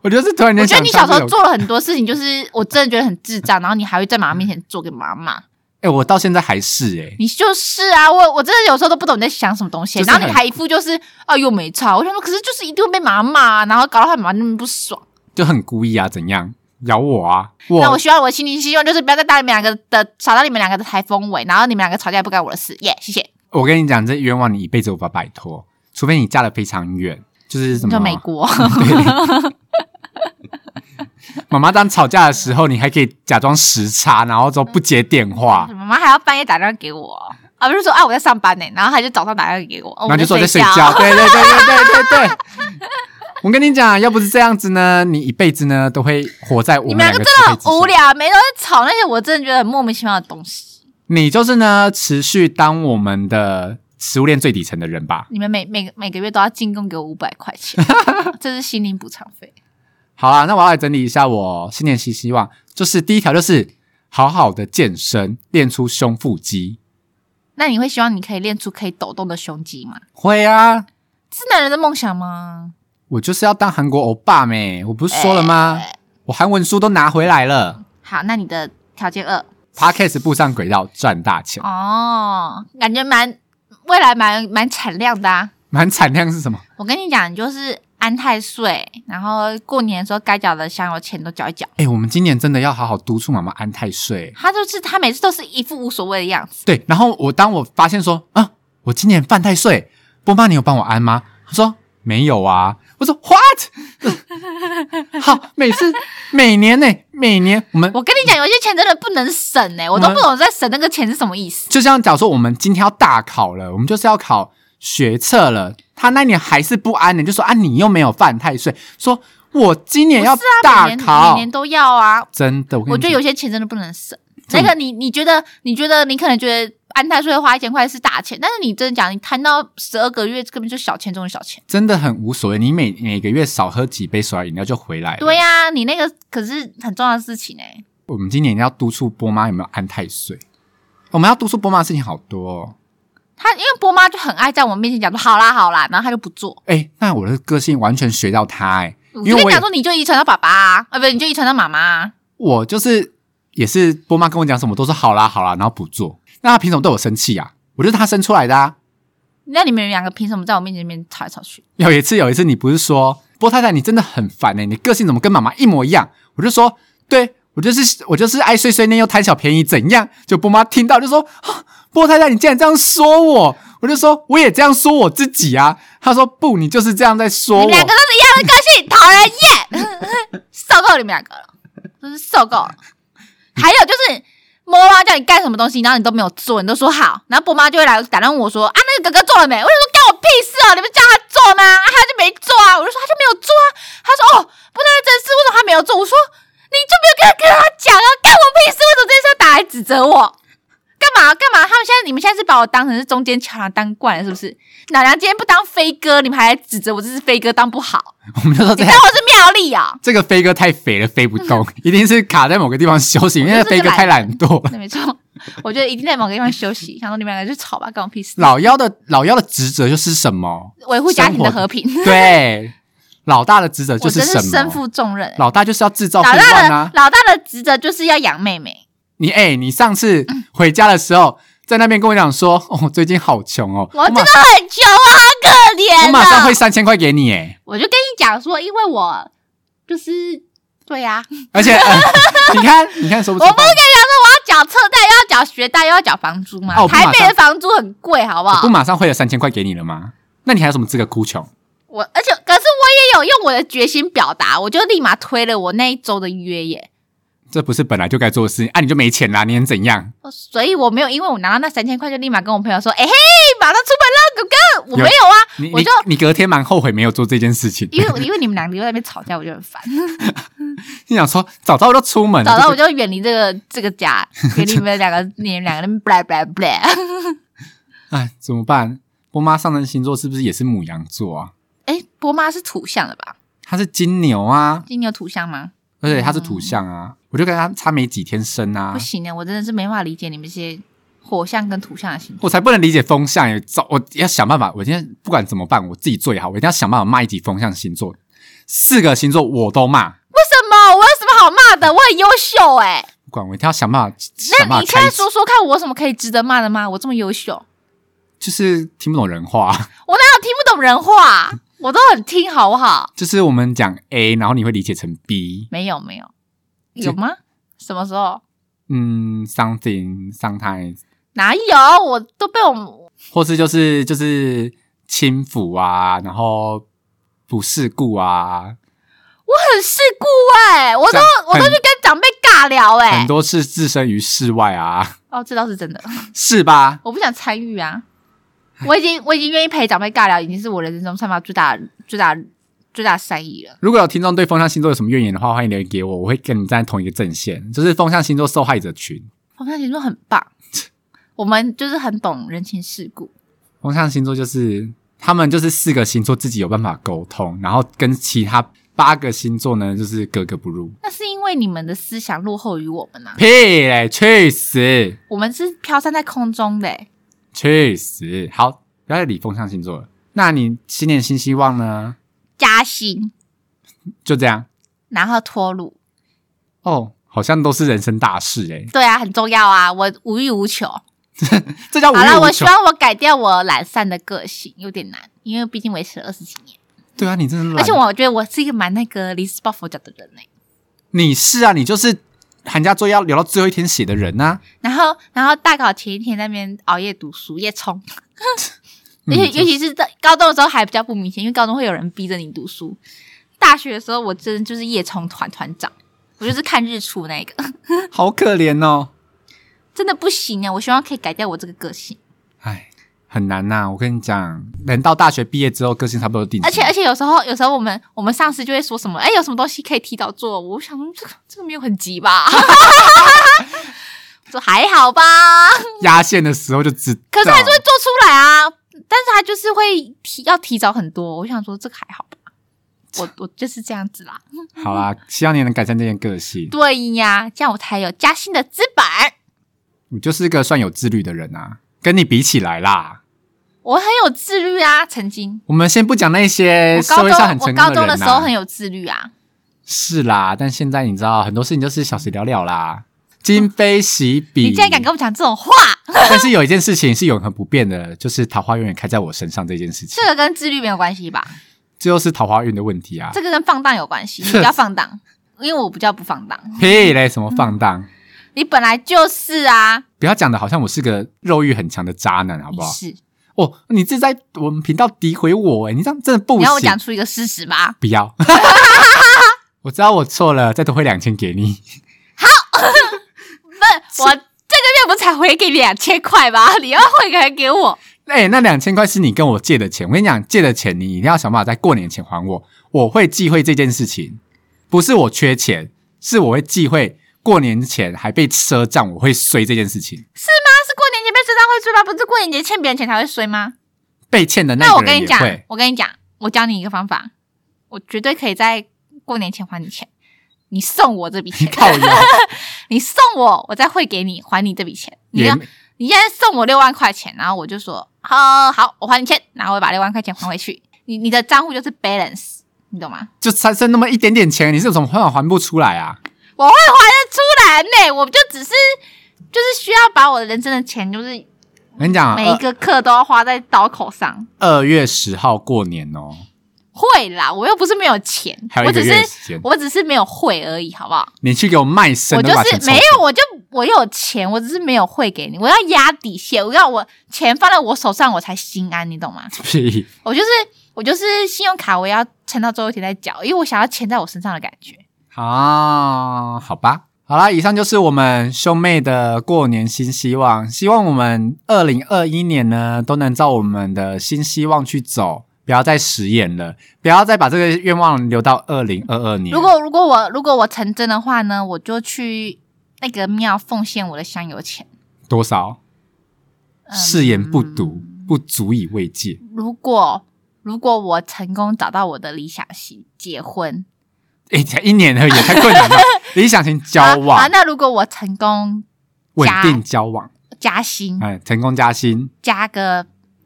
[SPEAKER 1] 我就是突然间
[SPEAKER 2] 我觉
[SPEAKER 1] 想唱
[SPEAKER 2] 得你
[SPEAKER 1] 这首歌，
[SPEAKER 2] 小时候做了很多事情，就是我真的觉得很智障，然后你还会在妈妈面前做给妈妈，
[SPEAKER 1] 哎、我到现在还是哎、
[SPEAKER 2] 你就是啊，我我真的有时候都不懂你在想什么东西，
[SPEAKER 1] 就是
[SPEAKER 2] 然
[SPEAKER 1] 很
[SPEAKER 2] 后你还一副就是啊又没差，我想说可是就是一定会被妈妈骂啊，然后搞到他妈妈那么不爽。
[SPEAKER 1] 就很故意啊，怎样咬我啊？
[SPEAKER 2] 那
[SPEAKER 1] 我
[SPEAKER 2] 我希望我心里希望就是不要再搭你们两个的吵到你们两个的台风尾，然后你们两个吵架也不干我的事，耶、谢谢。
[SPEAKER 1] 我跟你讲，这冤枉你一辈子无法摆脱，除非你嫁的非常远，就是什么
[SPEAKER 2] 就美
[SPEAKER 1] *laughs*
[SPEAKER 2] 国，
[SPEAKER 1] *laughs* 妈妈当吵架的时候，你还可以假装时差，然后之后不接电话，
[SPEAKER 2] *laughs* 妈妈还要半夜打电话给我，啊不是说啊我在上班呢、然后他就早上打电话给我，哦
[SPEAKER 1] 然后就说
[SPEAKER 2] 我
[SPEAKER 1] 在睡
[SPEAKER 2] 睡
[SPEAKER 1] 觉。对对对对对对对。我跟你讲，要不是这样子呢，你一辈子呢都会活在我
[SPEAKER 2] 你
[SPEAKER 1] 们
[SPEAKER 2] 们
[SPEAKER 1] 两个
[SPEAKER 2] 两
[SPEAKER 1] 的
[SPEAKER 2] 个真的很无。聊，每天都在吵那些我真的觉得很莫名其妙的东西。
[SPEAKER 1] 你就是呢，持续当我们的食物链最底层的人吧。
[SPEAKER 2] *laughs* 你们每每每个月都要进贡给我五百块钱，这是心灵补偿费。
[SPEAKER 1] 好啦，那我要来整理一下我新年新希望，就是第一条就是好好的健身，练出胸腹肌。
[SPEAKER 2] 那你会希望你可以练出可以抖动的胸肌吗？
[SPEAKER 1] 会啊，
[SPEAKER 2] 是男人的梦想吗？
[SPEAKER 1] 我就是要当韩国欧巴咩，我不是说了吗？我韩文书都拿回来了
[SPEAKER 2] 好，那你的条件二
[SPEAKER 1] p o d c a s 步上轨道赚大钱，
[SPEAKER 2] 哦，感觉蛮未来蛮蛮产量的啊。
[SPEAKER 1] 满产量是什么？
[SPEAKER 2] 我跟你讲，你就是安太岁，然后过年的时候该缴的香油钱都缴一缴。
[SPEAKER 1] 哎、我们今年真的要好好督促妈妈安太岁。
[SPEAKER 2] 他就是他每次都是一副无所谓的样子，
[SPEAKER 1] 对，然后我当我发现说啊，我今年犯太岁，波妈你有帮我安吗？他说没有啊。我说 what？好，每次每年呢、每年我们
[SPEAKER 2] 我跟你讲，有些钱真的不能省哎、我都不懂在省那个钱是什么意思。
[SPEAKER 1] 就像假如说我们今天要大考了，我们就是要考学测了，他那年还是不安呢，就说啊你又没有犯太岁，说我今年要
[SPEAKER 2] 不是啊，
[SPEAKER 1] 大
[SPEAKER 2] 每年
[SPEAKER 1] 考，
[SPEAKER 2] 每年都要啊。
[SPEAKER 1] 真的，我跟
[SPEAKER 2] 我
[SPEAKER 1] 你
[SPEAKER 2] 觉
[SPEAKER 1] 讲
[SPEAKER 2] 得有些钱真的不能省。
[SPEAKER 1] 这
[SPEAKER 2] 那个你你觉得你觉得你可能觉得安太岁花一千块是大钱，但是你真的讲你摊到十二个月根本就小钱中的小钱。
[SPEAKER 1] 真的很无所谓，你每每个月少喝几杯手摇饮料就回来了。
[SPEAKER 2] 对、呀、你那个可是很重要的事情哎、
[SPEAKER 1] 我们今年要督促波妈有没有安太岁，我们要督促波妈的事情好多、哦。
[SPEAKER 2] 他因为波妈就很爱在我们面前讲说好啦好啦，然后他就不做。
[SPEAKER 1] 哎，那我的个性完全学到他哎，
[SPEAKER 2] 我
[SPEAKER 1] 因
[SPEAKER 2] 就
[SPEAKER 1] 为
[SPEAKER 2] 跟
[SPEAKER 1] 我
[SPEAKER 2] 你
[SPEAKER 1] 也
[SPEAKER 2] 讲说，你就遗传到爸爸啊，啊不，你就遗传到妈妈、啊。
[SPEAKER 1] 我就是也是波妈跟我讲什么都说好啦好啦，然后不做，那她凭什么对我生气啊？我就是她生出来的啊。
[SPEAKER 2] 那你们两个凭什么在我面前面吵来吵去？
[SPEAKER 1] 有一次，有一次你不是说波太太你真的很烦哎、你个性怎么跟妈妈一模一样？我就说，对我就是我就是爱碎碎念又贪小便宜，怎样？就波妈听到就说，啊波太太你竟然这样说我，我就说我也这样说我自己啊。她说不，你就是这样在说
[SPEAKER 2] 你
[SPEAKER 1] 我
[SPEAKER 2] 们。两个都是一样的个性，讨人厌， *laughs* 受够你们两个了，真是受够了。
[SPEAKER 1] 嗯
[SPEAKER 2] 还有就是，波妈叫你干什么东西，然后你都没有做，你都说好，然后波妈就会来打断我说：“啊，那个哥哥做了没？”我就说：“干我屁事哦！你们叫他做吗？啊，他就没做啊！”我就说：“他就没有做啊。”他说：“哦，不太真是为什么他没有做？”我说：“你就没有跟跟他讲啊，干我屁事！为什么这件事要打来指责我？”干嘛干嘛？他们现在你们现在是把我当成是中间桥梁当惯了，是不是？老娘今天不当飞哥，你们还指责我这是飞哥当不好？
[SPEAKER 1] 我们就说
[SPEAKER 2] 你
[SPEAKER 1] 这
[SPEAKER 2] 当我是妙丽啊？ *laughs*
[SPEAKER 1] 这个飞哥太肥了，飞不动，一定是卡在某个地方休息，因为
[SPEAKER 2] 我
[SPEAKER 1] 那
[SPEAKER 2] 就
[SPEAKER 1] 飞
[SPEAKER 2] 是
[SPEAKER 1] 哥
[SPEAKER 2] 懒
[SPEAKER 1] 太懒惰了。
[SPEAKER 2] 那没错，我觉得一定在某个地方休息。想说你们两个就吵吧，干我屁事！
[SPEAKER 1] 老幺的老幺的职责就是什么？
[SPEAKER 2] 维护家庭的和平，
[SPEAKER 1] 对，老大的职责就
[SPEAKER 2] 我真
[SPEAKER 1] 什
[SPEAKER 2] 是身
[SPEAKER 1] 么？
[SPEAKER 2] 负重任。欸
[SPEAKER 1] 老大就是要制造
[SPEAKER 2] 老
[SPEAKER 1] 混
[SPEAKER 2] 大
[SPEAKER 1] 乱
[SPEAKER 2] 的
[SPEAKER 1] 啊！
[SPEAKER 2] 老大的职责就是要养妹妹，
[SPEAKER 1] 你哎、你上次
[SPEAKER 2] 嗯
[SPEAKER 1] 回家的时候，在那边跟我讲说，哦，最近好穷哦，
[SPEAKER 2] 我真
[SPEAKER 1] 马
[SPEAKER 2] 的很穷，我好可怜、啊。
[SPEAKER 1] 我马上汇三千块给你哎，
[SPEAKER 2] 我就跟你讲说，因为我就是对呀、
[SPEAKER 1] 而且、呃 *laughs* 你看你看说不
[SPEAKER 2] 我
[SPEAKER 1] 出
[SPEAKER 2] 不是
[SPEAKER 1] 话
[SPEAKER 2] 跟你讲说我要缴车贷，又要缴学贷，又要缴房租吗？
[SPEAKER 1] 哦我不马
[SPEAKER 2] 台
[SPEAKER 1] 上
[SPEAKER 2] 北的房租很贵，好不
[SPEAKER 1] 我
[SPEAKER 2] 好
[SPEAKER 1] 不？马上汇了三千块给你了吗？那你还有什么资格哭穷？
[SPEAKER 2] 我而且可是我也有用我的决心表达，我就立马推了我那一周的约耶。
[SPEAKER 1] 这不是本来就该做的事情啊！你就没钱啦，你能怎样？
[SPEAKER 2] 所以我没有因为我拿到那三千块就立马跟我朋友说，哎、嘿，马上出门了，哥哥，我没有啊，
[SPEAKER 1] 你
[SPEAKER 2] 我
[SPEAKER 1] 你
[SPEAKER 2] 就
[SPEAKER 1] 你隔天蛮后悔没有做这件事情，
[SPEAKER 2] 因为因为你们两个又在那边吵架，我就
[SPEAKER 1] *laughs*
[SPEAKER 2] 很烦，
[SPEAKER 1] 你想说早知道我就出门了，
[SPEAKER 2] 早知道我
[SPEAKER 1] 就
[SPEAKER 2] 就远离这个这个
[SPEAKER 1] *laughs*
[SPEAKER 2] 家，远离你们两个，你们两个人 blah blah blah。
[SPEAKER 1] 哎怎么办？我妈上升星座是不是也是母羊座啊？
[SPEAKER 2] 哎、波妈是土象的吧？
[SPEAKER 1] 她是金牛啊，
[SPEAKER 2] 金牛土象吗？
[SPEAKER 1] 而且她是土象啊，我就跟她差没几天生啊
[SPEAKER 2] 不，行的，我真的是没办法理解你们这些火象跟土象的星座。
[SPEAKER 1] 我才不能理解风象耶！早我要想办法，我今天不管怎么办，我自己最好，我一定要想办法骂一集风象星座，四个星座我都骂，
[SPEAKER 2] 为什么？我有什么好骂的？我很优秀哎、
[SPEAKER 1] 不管我一定要想办法，想
[SPEAKER 2] 那
[SPEAKER 1] 办
[SPEAKER 2] 你
[SPEAKER 1] 法
[SPEAKER 2] 现
[SPEAKER 1] 开
[SPEAKER 2] 在
[SPEAKER 1] 启，
[SPEAKER 2] 说说看，我有什么可以值得骂的吗？我这么优秀，
[SPEAKER 1] 就是听不懂人话， *laughs*
[SPEAKER 2] 我哪有听不懂人话啊、我都很听，好不好？
[SPEAKER 1] 就是我们讲 A，然后你会理解成 B，
[SPEAKER 2] 没有没有，
[SPEAKER 1] 这
[SPEAKER 2] 有吗？什么时候？
[SPEAKER 1] 嗯，something sometimes。
[SPEAKER 2] 哪有？我都被我们
[SPEAKER 1] 或是就是就是轻浮啊，然后不世故啊，
[SPEAKER 2] 我很世故哎、我都
[SPEAKER 1] 这样
[SPEAKER 2] 我都
[SPEAKER 1] 很
[SPEAKER 2] 去跟长辈尬聊哎、
[SPEAKER 1] 很多是置身于世外啊，
[SPEAKER 2] 哦，这倒是真的，
[SPEAKER 1] 是吧？
[SPEAKER 2] 我不想参与啊。我已经我已经愿意陪长辈尬聊，已经是我人生中散发最大最大最大的善意了。
[SPEAKER 1] 如果有听众对风象星座有什么怨言的话，欢迎留言给我，我会跟你们站在同一个阵线，就是风象星座受害者群。
[SPEAKER 2] 风象星座很棒， *laughs* 我们就是很懂人情世故。
[SPEAKER 1] 风象星座就是他们就是四个星座自己有办法沟通，然后跟其他八个星座呢，就是格格不入。
[SPEAKER 2] 那是因为你们的思想落后于我们呐、
[SPEAKER 1] 屁嘞，去死，
[SPEAKER 2] 我们是飘散在空中的、欸。
[SPEAKER 1] 去死！好，不要再理风象星座了。那你新年新希望呢？
[SPEAKER 2] 加薪，
[SPEAKER 1] 就这样
[SPEAKER 2] 然后脱乳，
[SPEAKER 1] 哦，好像都是人生大事欸诶、
[SPEAKER 2] 对啊，很重要啊，我无欲无求。
[SPEAKER 1] 这叫无
[SPEAKER 2] 好
[SPEAKER 1] 欲
[SPEAKER 2] 了，
[SPEAKER 1] 啊无
[SPEAKER 2] 我希
[SPEAKER 1] 求。
[SPEAKER 2] 望我改掉我懒散的个性，有点难，因为毕竟维持了二十几年，
[SPEAKER 1] 对啊，你真的懒，
[SPEAKER 2] 而且我觉得我是一个蛮那个临时抱佛脚的人呢、欸
[SPEAKER 1] 你是啊，你就是寒假作业要留到最后一天写的人啊呐、
[SPEAKER 2] 然后，然后大考前一天在那边熬夜读书，夜冲。
[SPEAKER 1] 嗯
[SPEAKER 2] 尤其
[SPEAKER 1] 就
[SPEAKER 2] 尤其是在高中的时候还比较不明显，因为高中会有人逼着你读书。大学的时候，我真的就是夜冲团团长，我就是看日出那个， *laughs*
[SPEAKER 1] 好可怜哦。
[SPEAKER 2] 真的不行啊！我希望可以改掉我这个个性，
[SPEAKER 1] 唉，很难呐、我跟你讲，人到大学毕业之后，个性差不多定型。
[SPEAKER 2] 而且而且有时候有时候我们我们上司就会说什么，哎，有什么东西可以提早做？我想说这个这个没有很急吧， *laughs* 说还好吧，
[SPEAKER 1] 压线的时候就知道，
[SPEAKER 2] 可是还是会做出来啊，但是他就是会提要提早很多。我想说这个还好吧，我我就是这样子啦。
[SPEAKER 1] 好啦，希望你能改善这件个性。
[SPEAKER 2] 对呀，这样我才有加薪的资本。
[SPEAKER 1] 我就是一个算有自律的人啊，跟你比起来啦。
[SPEAKER 2] 我很有自律啊，曾经。
[SPEAKER 1] 我们先不讲那些
[SPEAKER 2] 我
[SPEAKER 1] 哎社
[SPEAKER 2] 高
[SPEAKER 1] 会
[SPEAKER 2] 中
[SPEAKER 1] 上很成
[SPEAKER 2] 我
[SPEAKER 1] 功人、啊、
[SPEAKER 2] 高中的时候很有自律啊，
[SPEAKER 1] 是啦，但现在你知道很多事情就是小时了了啦，今非昔比。
[SPEAKER 2] 你竟然敢跟我讲这种话，
[SPEAKER 1] *laughs* 但是有一件事情是永恒不变的，就是桃花永远开在我身上这件事情
[SPEAKER 2] 这，个跟自律没有关系吧？
[SPEAKER 1] 这就是桃花运的问题啊！
[SPEAKER 2] 这个跟放荡有关系，你不要放荡，因为我比较不放荡。
[SPEAKER 1] 屁嘞，什么放荡？
[SPEAKER 2] 你本来就是啊，
[SPEAKER 1] 不要讲的好像我是个肉欲很强的渣男，好
[SPEAKER 2] 你
[SPEAKER 1] 不好？
[SPEAKER 2] 是。
[SPEAKER 1] 哦，你这在我们频道诋毁我哎，你这样真的不
[SPEAKER 2] 你要我
[SPEAKER 1] 行
[SPEAKER 2] 讲！出一个事实吗？
[SPEAKER 1] 不
[SPEAKER 2] *laughs*
[SPEAKER 1] 要，我知道我错了，再多汇两千给你。 *laughs*
[SPEAKER 2] 不，我这个月不才回给你两千块吗？ *laughs* 你要汇给给我，
[SPEAKER 1] 哎、那两千块是你跟我借的钱，我跟你讲，借的钱你一定要想办法在过年前还我。我会忌讳这件事情，不是我缺钱，是我会忌讳过年前还被赊账，我会衰这件事情。
[SPEAKER 2] 那是过年前被赊账会追吗？不是过年前欠别人钱才会衰吗？
[SPEAKER 1] 被欠的
[SPEAKER 2] 那
[SPEAKER 1] 个
[SPEAKER 2] 我
[SPEAKER 1] 人
[SPEAKER 2] 跟你
[SPEAKER 1] 也
[SPEAKER 2] 讲
[SPEAKER 1] 会，，
[SPEAKER 2] 我跟你讲，我教你一个方法，我绝对可以在过年前还你钱。你送我这笔
[SPEAKER 1] *laughs*
[SPEAKER 2] 钱，
[SPEAKER 1] 靠腰
[SPEAKER 2] 你送我，我再汇给你还你这笔钱。 *laughs* 你
[SPEAKER 1] 也
[SPEAKER 2] 要你现在送我六万块钱，然后我就说好好，我还你钱，然后我把六万块钱还回去。你你的账户就是 balance，你懂吗？
[SPEAKER 1] 就才剩那么一点点钱，你是有什么办法还不出来啊？
[SPEAKER 2] 我会还得出来呢，我就只是就是需要把我的人生的钱，就是
[SPEAKER 1] 我跟你讲，呃
[SPEAKER 2] 每一个课都要花在刀口上。
[SPEAKER 1] 二二月十号过年哦，
[SPEAKER 2] 会啦，我又不是没有钱，
[SPEAKER 1] 还有
[SPEAKER 2] 我
[SPEAKER 1] 一个
[SPEAKER 2] 只
[SPEAKER 1] 月的
[SPEAKER 2] 是
[SPEAKER 1] 时间，
[SPEAKER 2] 我只是没有会而已，好不好？
[SPEAKER 1] 你去给我卖身，
[SPEAKER 2] 我就
[SPEAKER 1] 都把钱
[SPEAKER 2] 是
[SPEAKER 1] 凑齐
[SPEAKER 2] 没有，我就我有钱，我只是没有汇给你。我要压底线，我要我钱放在我手上，我才心安，你懂吗？
[SPEAKER 1] 屁，
[SPEAKER 2] 我就是我就是信用卡，我也要撑到最后一天再缴，因为我想要钱在我身上的感觉。
[SPEAKER 1] 啊，好吧，好啦，以上就是我们兄妹的过年新希望，希望我们二零二一年呢都能照我们的新希望去走，不要再食言了，不要再把这个愿望留到二零二二年。
[SPEAKER 2] 如果如果我如果我成真的话呢，我就去那个庙奉献我的香油钱。
[SPEAKER 1] 多少
[SPEAKER 2] 嗯
[SPEAKER 1] 誓言不读，不足以慰藉。
[SPEAKER 2] 如果如果我成功找到我的理想型，结婚
[SPEAKER 1] 哎、才一年而已，太困
[SPEAKER 2] *laughs*
[SPEAKER 1] 难了。理想型交
[SPEAKER 2] 啊啊
[SPEAKER 1] 往，
[SPEAKER 2] 那如果我成功
[SPEAKER 1] 稳
[SPEAKER 2] 加
[SPEAKER 1] 定交往，
[SPEAKER 2] 加薪
[SPEAKER 1] 哎，成功加薪，
[SPEAKER 2] 加个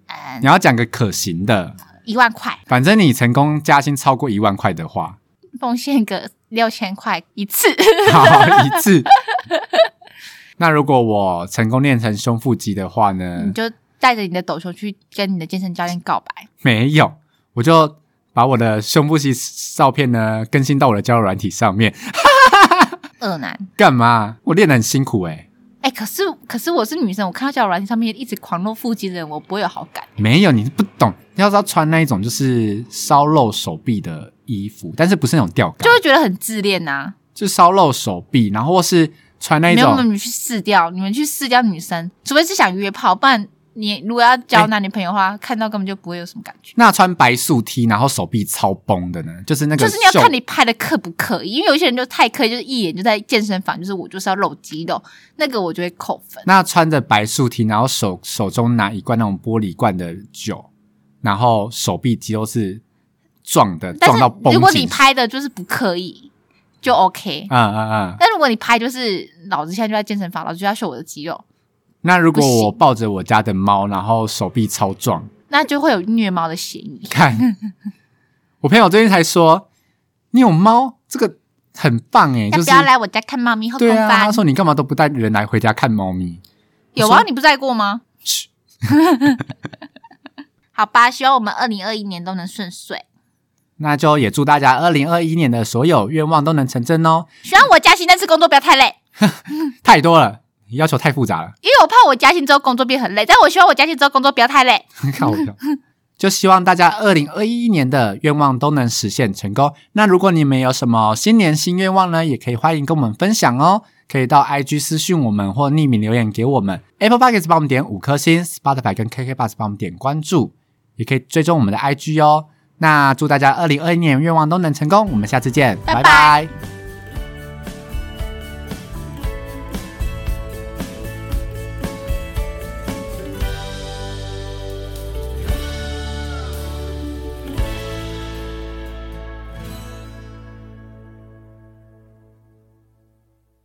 [SPEAKER 2] 嗯
[SPEAKER 1] 你要讲个可行的。
[SPEAKER 2] 一万块，
[SPEAKER 1] 反正你成功加薪超过一万块的话， *laughs*
[SPEAKER 2] 奉献个六千块一次，
[SPEAKER 1] 好一次。那如果我成功练成胸腹肌的话
[SPEAKER 2] *laughs* 你
[SPEAKER 1] 呢？
[SPEAKER 2] 就带着你的抖球去跟你的健身教练告白。
[SPEAKER 1] 没有，我就把我的胸腹肌照片呢更新到我的交友软体上面。
[SPEAKER 2] 恶男，
[SPEAKER 1] 干嘛？我练得很辛苦欸诶、
[SPEAKER 2] 哎、可是可是我是女生，我看到交友软件上面一直狂露腹肌的人，我不会有好感。
[SPEAKER 1] 没有，你不懂。要知道穿那一种就是烧肉手臂的衣服，但是不是那种吊
[SPEAKER 2] 就
[SPEAKER 1] 杆，
[SPEAKER 2] 会觉得很自恋呐、
[SPEAKER 1] 就烧肉手臂，然后或是穿那一
[SPEAKER 2] 没有，
[SPEAKER 1] 种
[SPEAKER 2] 你们去试掉，你们去试掉女生，除非是想约炮，不然你如果要交
[SPEAKER 1] 哎
[SPEAKER 2] 男女朋友的话，看到根本就不会有什么感觉。
[SPEAKER 1] 那穿白素 T，然后手臂超绷的呢，就是那个
[SPEAKER 2] 就是你要
[SPEAKER 1] 袖
[SPEAKER 2] 看你拍的刻不刻意，因为有些人就太刻意，就是一眼就在健身房，就是我就是要露肌肉，那个我就会扣分。
[SPEAKER 1] 那穿着白素 T，然后手手中拿一罐那种玻璃罐的酒，然后手臂肌肉是撞的，
[SPEAKER 2] 但
[SPEAKER 1] 撞
[SPEAKER 2] 是
[SPEAKER 1] 到崩
[SPEAKER 2] 如果你
[SPEAKER 1] 紧。
[SPEAKER 2] 拍的就是不刻意，就 OK。
[SPEAKER 1] 嗯嗯嗯。
[SPEAKER 2] 但如果你拍就是老子现在就在健身房，老子就要秀我的肌肉，
[SPEAKER 1] 那如果
[SPEAKER 2] 不行
[SPEAKER 1] 我抱着我家的猫，然后手臂超壮， *laughs*
[SPEAKER 2] 那就会有虐猫的嫌疑。
[SPEAKER 1] 看，我朋友最近才说，你有猫，这个很棒哎，
[SPEAKER 2] 要
[SPEAKER 1] 就
[SPEAKER 2] 不
[SPEAKER 1] 是
[SPEAKER 2] 要来我家看猫咪后空
[SPEAKER 1] 对啊。
[SPEAKER 2] 翻
[SPEAKER 1] 他？说你干嘛都不带人来回家看猫咪？
[SPEAKER 2] 有
[SPEAKER 1] 我
[SPEAKER 2] 啊，
[SPEAKER 1] 说
[SPEAKER 2] 你不在过吗？ *laughs* 好吧，希望我们二零二一年都能顺遂，
[SPEAKER 1] 那就也祝大家二零二一年的所有愿望都能成真哦！
[SPEAKER 2] 希望我加薪，但是工作不要太累，
[SPEAKER 1] 太多了，要求太复杂了， *laughs*
[SPEAKER 2] 因为我怕我加薪之后工作变很累，但我希望我加薪之后工作不要太累。
[SPEAKER 1] 看我
[SPEAKER 2] *laughs*
[SPEAKER 1] 的。就希望大家二零二一年的愿望都能实现成功。那如果你们有什么新年新愿望呢，也可以欢迎跟我们分享哦。可以到 IG 私讯我们或匿名留言给我们。Apple Podcast 帮我们点五颗星，Spotify 跟 KK Bus 帮我们点关注，也可以追踪我们的 IG 哦。那祝大家二零二一年愿望都能成功，我们下次见，
[SPEAKER 2] 拜
[SPEAKER 1] 拜
[SPEAKER 2] 拜
[SPEAKER 1] 拜